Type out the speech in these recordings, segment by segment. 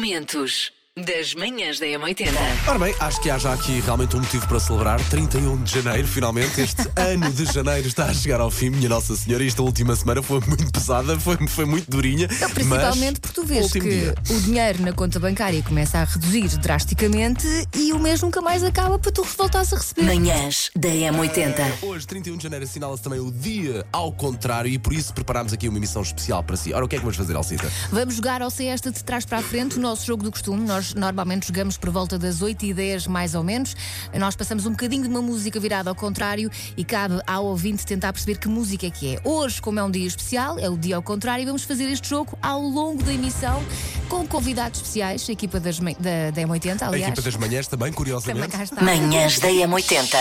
Momentos das manhãs da M80. Ora bem, acho que há já aqui realmente um motivo para celebrar. 31 de janeiro, finalmente, este ano de janeiro está a chegar ao fim, minha Nossa Senhora. E Esta última semana foi muito pesada, foi, foi muito durinha. É Principalmente porque tu vês que último dia. o dinheiro na conta bancária começa a reduzir drasticamente e o mês nunca mais acaba para tu voltares a receber. Manhãs da M80. Eh, Hoje, 31 de janeiro, assinala-se também o dia ao contrário e por isso preparámos aqui uma emissão especial para si. Ora, o que é que vamos fazer, Alcita? Vamos jogar ao Cesta de trás para a frente, o nosso jogo do costume. Nós normalmente jogamos por volta das 8h10, mais ou menos. Nós passamos um bocadinho de uma música virada ao contrário e cabe ao ouvinte tentar perceber que música é que é. Hoje, como é um dia especial, é o dia ao contrário, vamos fazer este jogo ao longo da emissão com convidados especiais, a equipa das ma- da, da M80, A aliás. equipa das manhãs também, Também curiosamente. cá está. Manhãs da M80.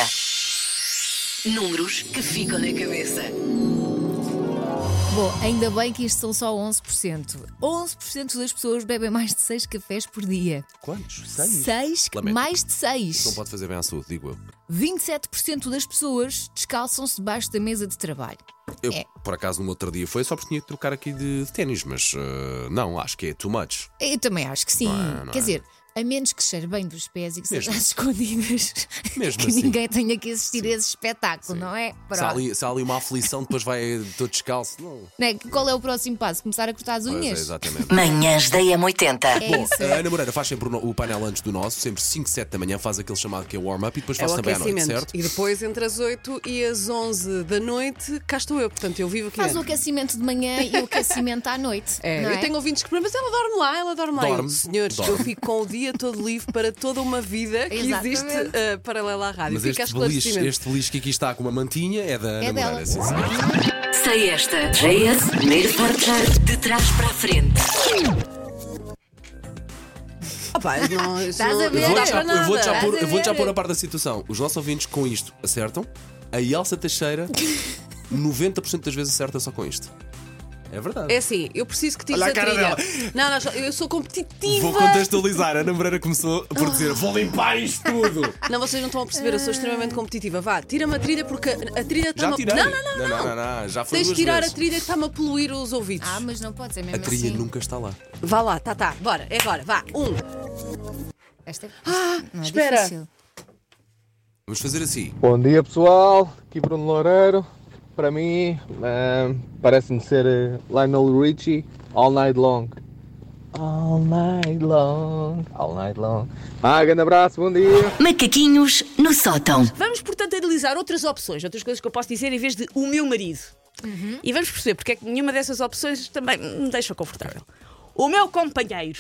Números que ficam na cabeça. Bom, ainda bem que isto são só 11%. 11% das pessoas bebem mais de 6 cafés por dia. Quantos? Seis? 6, Lamento. mais de Não 6. pode fazer bem à saúde, digo eu. 27% das pessoas descalçam-se debaixo da mesa de trabalho. Eu, É. por acaso, no outro dia foi só porque tinha de trocar aqui de, de ténis, mas eh, não, acho que é too much. Eu também acho que sim. Não é, não Quer é? dizer, a menos que cheire bem dos pés e que seja Mesmo. às escondidas, Mesmo que assim. ninguém tenha que assistir a esse espetáculo, não é? Se Pronto. há, ali, se há ali uma aflição, depois vai todo descalço. Não. Não é? Qual é o próximo passo? Começar a cortar as Pois é, unhas? exatamente. Manhãs da M80. É Bom, isso. a Ana Moreira faz sempre o no- o painel antes do nosso, sempre 5, 7 da manhã, faz aquele chamado que é warm-up e depois É faz o também à noite, aquecimento. certo? E depois, entre as 8 e as 11 da noite, cá estou eu. Portanto, eu vivo aqui. Faz o dentro. aquecimento de manhã e o aquecimento à noite. É, não Eu tenho ouvintes que perguntam, mas ela dorme lá, ela dorme, lá. Dorme, Eu, Senhores, dorme. eu fico com o dia todo livre para toda uma vida que Exatamente. existe eh, paralela à rádio. Mas Fica este beliche, esclarecimento. este beliche que aqui está com uma mantinha é da Ana É dela. Moreira. sim, sim. Sei esta. JS, primeiro portar de trás para a frente. Ah pá, não, isso Estás a É não ver? é Eu dá vou-te Olha, já, para eu vou-te já nada. pôr, Estás a eu vou-te já ver? pôr a par da situação. Os nossos ouvintes com isto acertam. A Elsa Teixeira, 90% das vezes acerta só com isto. É verdade. É assim, eu preciso que tires Olha a a cara trilha. dela. Não, não, eu sou competitiva. Vou contextualizar. A Ana Moreira começou por dizer: Vou limpar isto tudo. Não, vocês não estão a perceber, eu sou extremamente competitiva. Vá, tira-me a trilha porque a a trilha está Já uma... tirei. Não, não, não, não. não, não, Já foi Tens de duas tirar vezes. a trilha que está-me a poluir os ouvidos. Ah, mas não pode ser mesmo A trilha assim. nunca está lá. Vá lá, tá, tá, bora, é agora, vá, um. Esta é- Ah, não é espera. difícil. Vamos fazer assim. Bom dia pessoal, aqui Bruno Loureiro. Para mim, ahm, parece-me ser eh, Lionel Richie All Night Long. All Night Long, All Night Long. Ah, grande abraço, bom dia. Macaquinhos no sótão. Vamos, portanto, analisar outras opções, outras coisas que eu posso dizer em vez de o meu marido. E vamos perceber porque é que nenhuma dessas opções também me deixa confortável. O meu companheiro.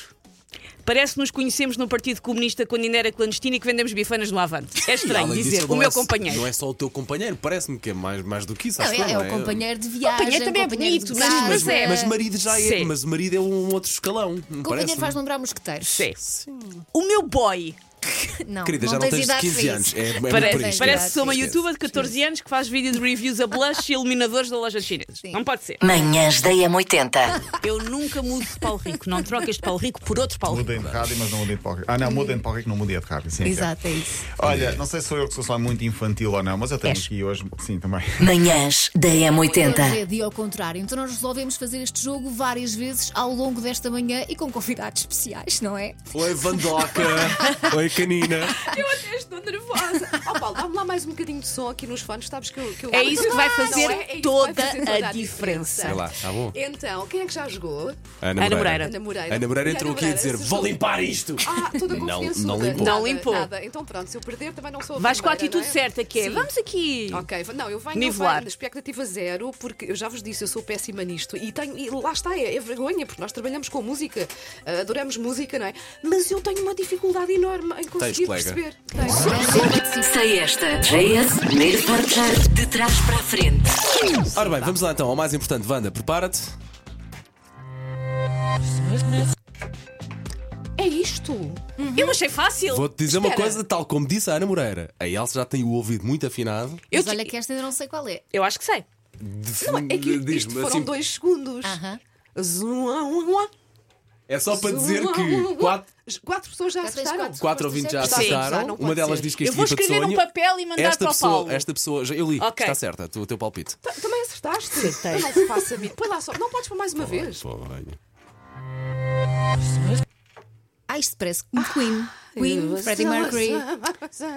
Parece que nos conhecemos no Partido Comunista quando ainda era clandestino e que vendemos bifanas no Avante. É estranho Além disso, dizer o não meu é- companheiro. Não é só o teu companheiro, parece-me que é mais, mais do que isso. Não, acho é, eu, é o companheiro de viagem. Companheiro também é companheiro de bonito, Sim, casa. mas, Mas é- mas marido já é. Sim. Mas marido é um outro escalão. Companheiro parece-me. faz lembrar mosqueteiros. Sim. O meu boy. Não, Querida, já não tens idade 15 para anos. isso. É, é muito Parece, por isto. parece que sou uma Esquece, youtuber de esquece. 14 anos que faz vídeo de reviews a blush e iluminadores da loja chinesa. Sim. Não pode ser. Manhãs da M80. Eu nunca mudo de Paulo Rico. Não troco este Paulo Rico por outro Paulo Rico. Mudem de rádio, mas não mudem de palco. Ah, não, mudem de palco que não mudem de rádio. Sim, Exato, é isso. é. Olha, não sei se sou eu que sou só muito infantil ou não, mas eu tenho És. aqui hoje. Sim, também. Manhãs da Hoje M80. é dia ao contrário. Então nós resolvemos fazer este jogo várias vezes ao longo desta manhã e com convidados especiais, não é? Oi, Vandoca. Oi, Canina. Eu até estou nervosa. Ó Paulo, dá-me lá mais um bocadinho de som aqui nos fones, sabes que eu. que eu- É isso que vai fazer Não é? É isso que toda vai fazer a diferença. Sei lá, tá bom. Então, quem é que já jogou? Ana Moreira. Ana Moreira. Ana Moreira entrou Ana aqui a Moreira, dizer: se Vou jogou. limpar isto. Ah, toda Não- confiançuda. não limpou. Nada, Não limpou. Nada. Então pronto, se eu perder também não sou a Vais com a primeira, atitude não é? certa, que é Sim. vamos aqui. Ok, não, eu venho, Nivelar. eu venho, expectativa zero, porque eu já vos disse, eu sou péssima nisto e tenho, e lá está, é, é vergonha, porque nós trabalhamos com música, ah, adoramos música, não é? Mas eu tenho uma dificuldade enorme em conseguir colega. perceber. Tenho. Sei esta. JS, primeiro portar de trás para a frente. Ora bem, vamos lá então ao mais importante. Wanda, prepara-te. É isto. Eu achei Ah, fácil. Vou-te dizer uma coisa, tal como disse a Ana Moreira. A Elsa já tem o ouvido muito afinado. Eu, Mas olha te- que esta ainda não sei qual é. eu acho que Tipo sei. É que isto Diz-me foram assim, dois segundos. um, Aham. Zua, ua, ua. É só para dizer Zua, ua, que ua. quatro, um, Quatro pessoas já Já tens acertaram. é quatro. quatro ouvintes já Está a acertaram. usar, não pode uma delas ser. diz que Eu isto vou ia para de escrever num sonho. papel e mandar esta para o pessoa, Paulo. Esta pessoa, já- eu li, Ok. Tá. está certa, tu- o teu palpite. Ta- Também acertaste? Eu não te faço a mim. Põe lá só. Não podes pôr mais uma vez. Porra, olha. Ai, Ah, isto parece um Queen. Queen, Freddie Mercury.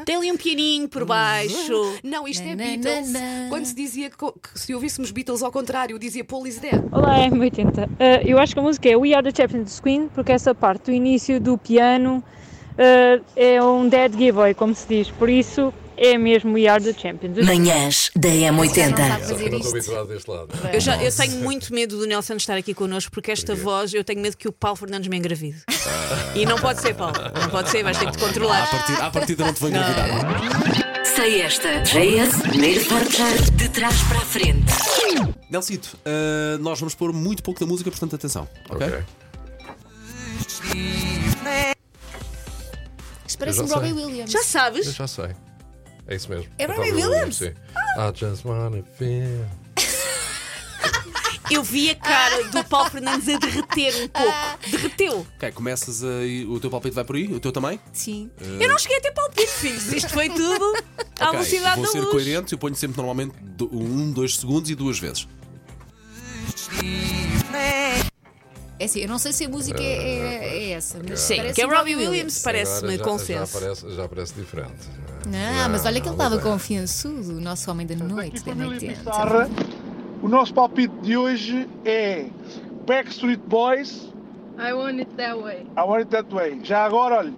Tem ali um pianinho Uhum. por baixo. Não, isto é Na, na, Beatles. na, na. Quando se dizia co- que se ouvíssemos Beatles ao contrário, dizia Paul is dead. Olá, M80. Eh, eu acho que a música é We Are the Champions dos Queen, porque essa parte do início do piano eh, é um dead giveaway, como se diz. Por isso é mesmo We Are the Champions. Manhãs da Já não sabe M80. fazer Não estou isto. habituado deste lado. Eu, já, eu tenho muito medo do Nelson estar aqui connosco, porque esta voz, eu tenho medo que o Paulo Fernandes me engravide. Ah. E não pode ser, Paulo. Não pode ser, vais ter que te À controlar. partida, à partida não te vou engravidar. Sei esta. JS, primeiro forte de trás para a frente. Nelsito, ah, nós vamos pôr muito pouco da música, portanto, atenção. Ok? Ok. Isto parece Eu um já Robbie sei. Williams. Já Eu sabes? já sei. É isso mesmo. É Do Robbie Williams? Sim. I just wanna feel. Eu vi a cara do Paulo Fernandes a derreter um pouco. Derreteu. Ok, começas aí. O teu palpite vai por aí? O teu também? Sim. Eu não cheguei a ter palpite, filhos. Isto foi tudo à Ok, velocidade Vou da ser luz. coerente, eu ponho sempre normalmente 1, um, 2 segundos e duas vezes. É assim, eu não sei se a música é, é- é essa, mas Sim, parece que é um Robbie Williams, Agora parece-me, já- consenso. Já parece, já parece diferente. Não, Ah, mas olha que ele não estava tem. confiançudo, o nosso homem da noite, da noite. Pissarra. O nosso palpite de hoje é Backstreet Boys. I want it that way. I want it that way. Já agora, olha,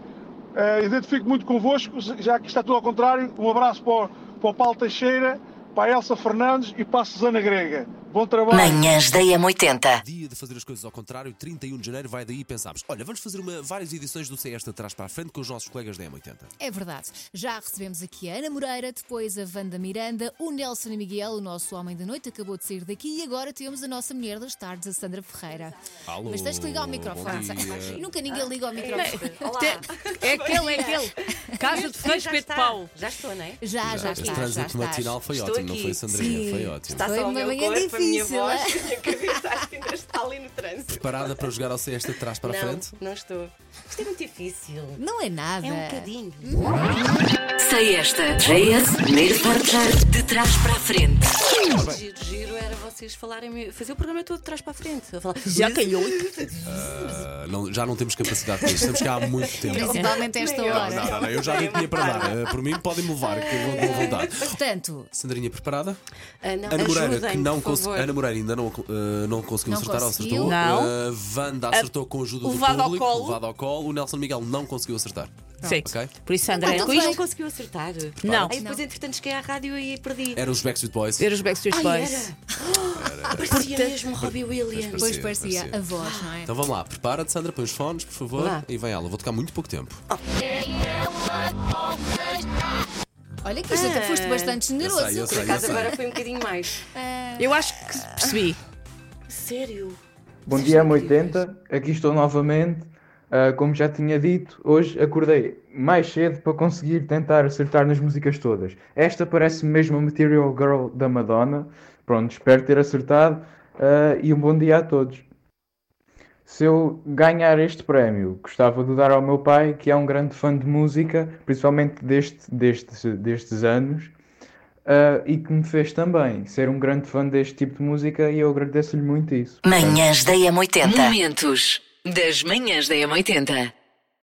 eh, identifico muito convosco, já que está tudo ao contrário. Um abraço para o, para o Paulo Teixeira, para a Elsa Fernandes e para a Susana Grega. Bom trabalho. Manhãs da M80. Dia de fazer as coisas ao contrário, 31 de janeiro, vai daí e pensámos: olha, vamos fazer uma- várias edições do CS de trás para a frente com os nossos colegas da M80. É verdade. Já recebemos aqui a Ana Moreira, depois a Wanda Miranda, o Nelson e Miguel, o nosso homem da noite, acabou de sair daqui e agora temos a nossa mulher das tardes, a Sandra Ferreira. Alô, Mas tens que ligar o Oh, bom microfone. dia. sabe? Nunca ninguém liga ao microfone. É aquele, é aquele. Casa de feios, peito de pau. Já estou, não é? Já, já Este estás, já trânsito matinal estás. foi Estou ótimo, não aqui. foi, Sandrinha? Sim. Foi ótimo. Está Foi só o uma meu manhã corpo, difícil, a minha voz, é? a minha cabeça ainda está ali no trânsito. Parada para jogar ao CS de trás para a Não, frente? não estou. Isto é muito difícil. Não é nada. É um bocadinho. Sei esta. JS, primeiro forte de trás para a frente. Giro, giro era vocês falarem, fazer o programa todo de trás para a frente. A falar. Já caiu. Ah, não- já não temos capacidade para isso, estamos cá há muito tempo. Principalmente esta hora. Não, não, eu já nem tinha para dar. Ah, por mim, podem-me levar, que eu vou vou voltar. Portanto, Sandrinha, preparada? Ah, não, Ana Moreira, que ajudem-me, não por conse- favor. Ana Moreira ainda não, eh, não conseguiu Não acertar, conseguiu. ou acertou. Não. Eh, Wanda acertou com o ajuda do levado ao público, colo. levado ao colo. O Nelson Miguel não conseguiu acertar. Sim. Ok. Por isso, Ah, André, Então, com mas não isto, conseguiu acertar. Não. Aí depois, entretanto, cheguei à rádio e perdi. Eram os Backstreet Boys. ver os Backstreet Ai, Boys. era. Ah, Parecia mesmo Robbie Williams. depois Parecia, parecia parecia. a voz, não é? Então vamos lá, prepara-te, Sandra, põe os fones, por favor, Vá. e vem ela. Vou tocar muito pouco tempo. Olha que isto Ah. até foste bastante generoso. eu Por sei, eu acaso sei. agora foi um bocadinho mais. Eu acho que percebi. Sério? Bom dia, M80. Aqui estou novamente. Ah, como já tinha dito, hoje acordei mais cedo para conseguir tentar acertar nas músicas todas. Esta parece mesmo a Material Girl da Madonna. Pronto, espero ter acertado. ah, e um bom dia a todos. Se eu ganhar este prémio, gostava de dar ao meu pai, que é um grande fã de música, principalmente deste, deste, destes anos, ah, e que me fez também ser um grande fã deste tipo de música, e eu agradeço-lhe muito isso. Manhãs da M80. Momentos das manhãs da M80.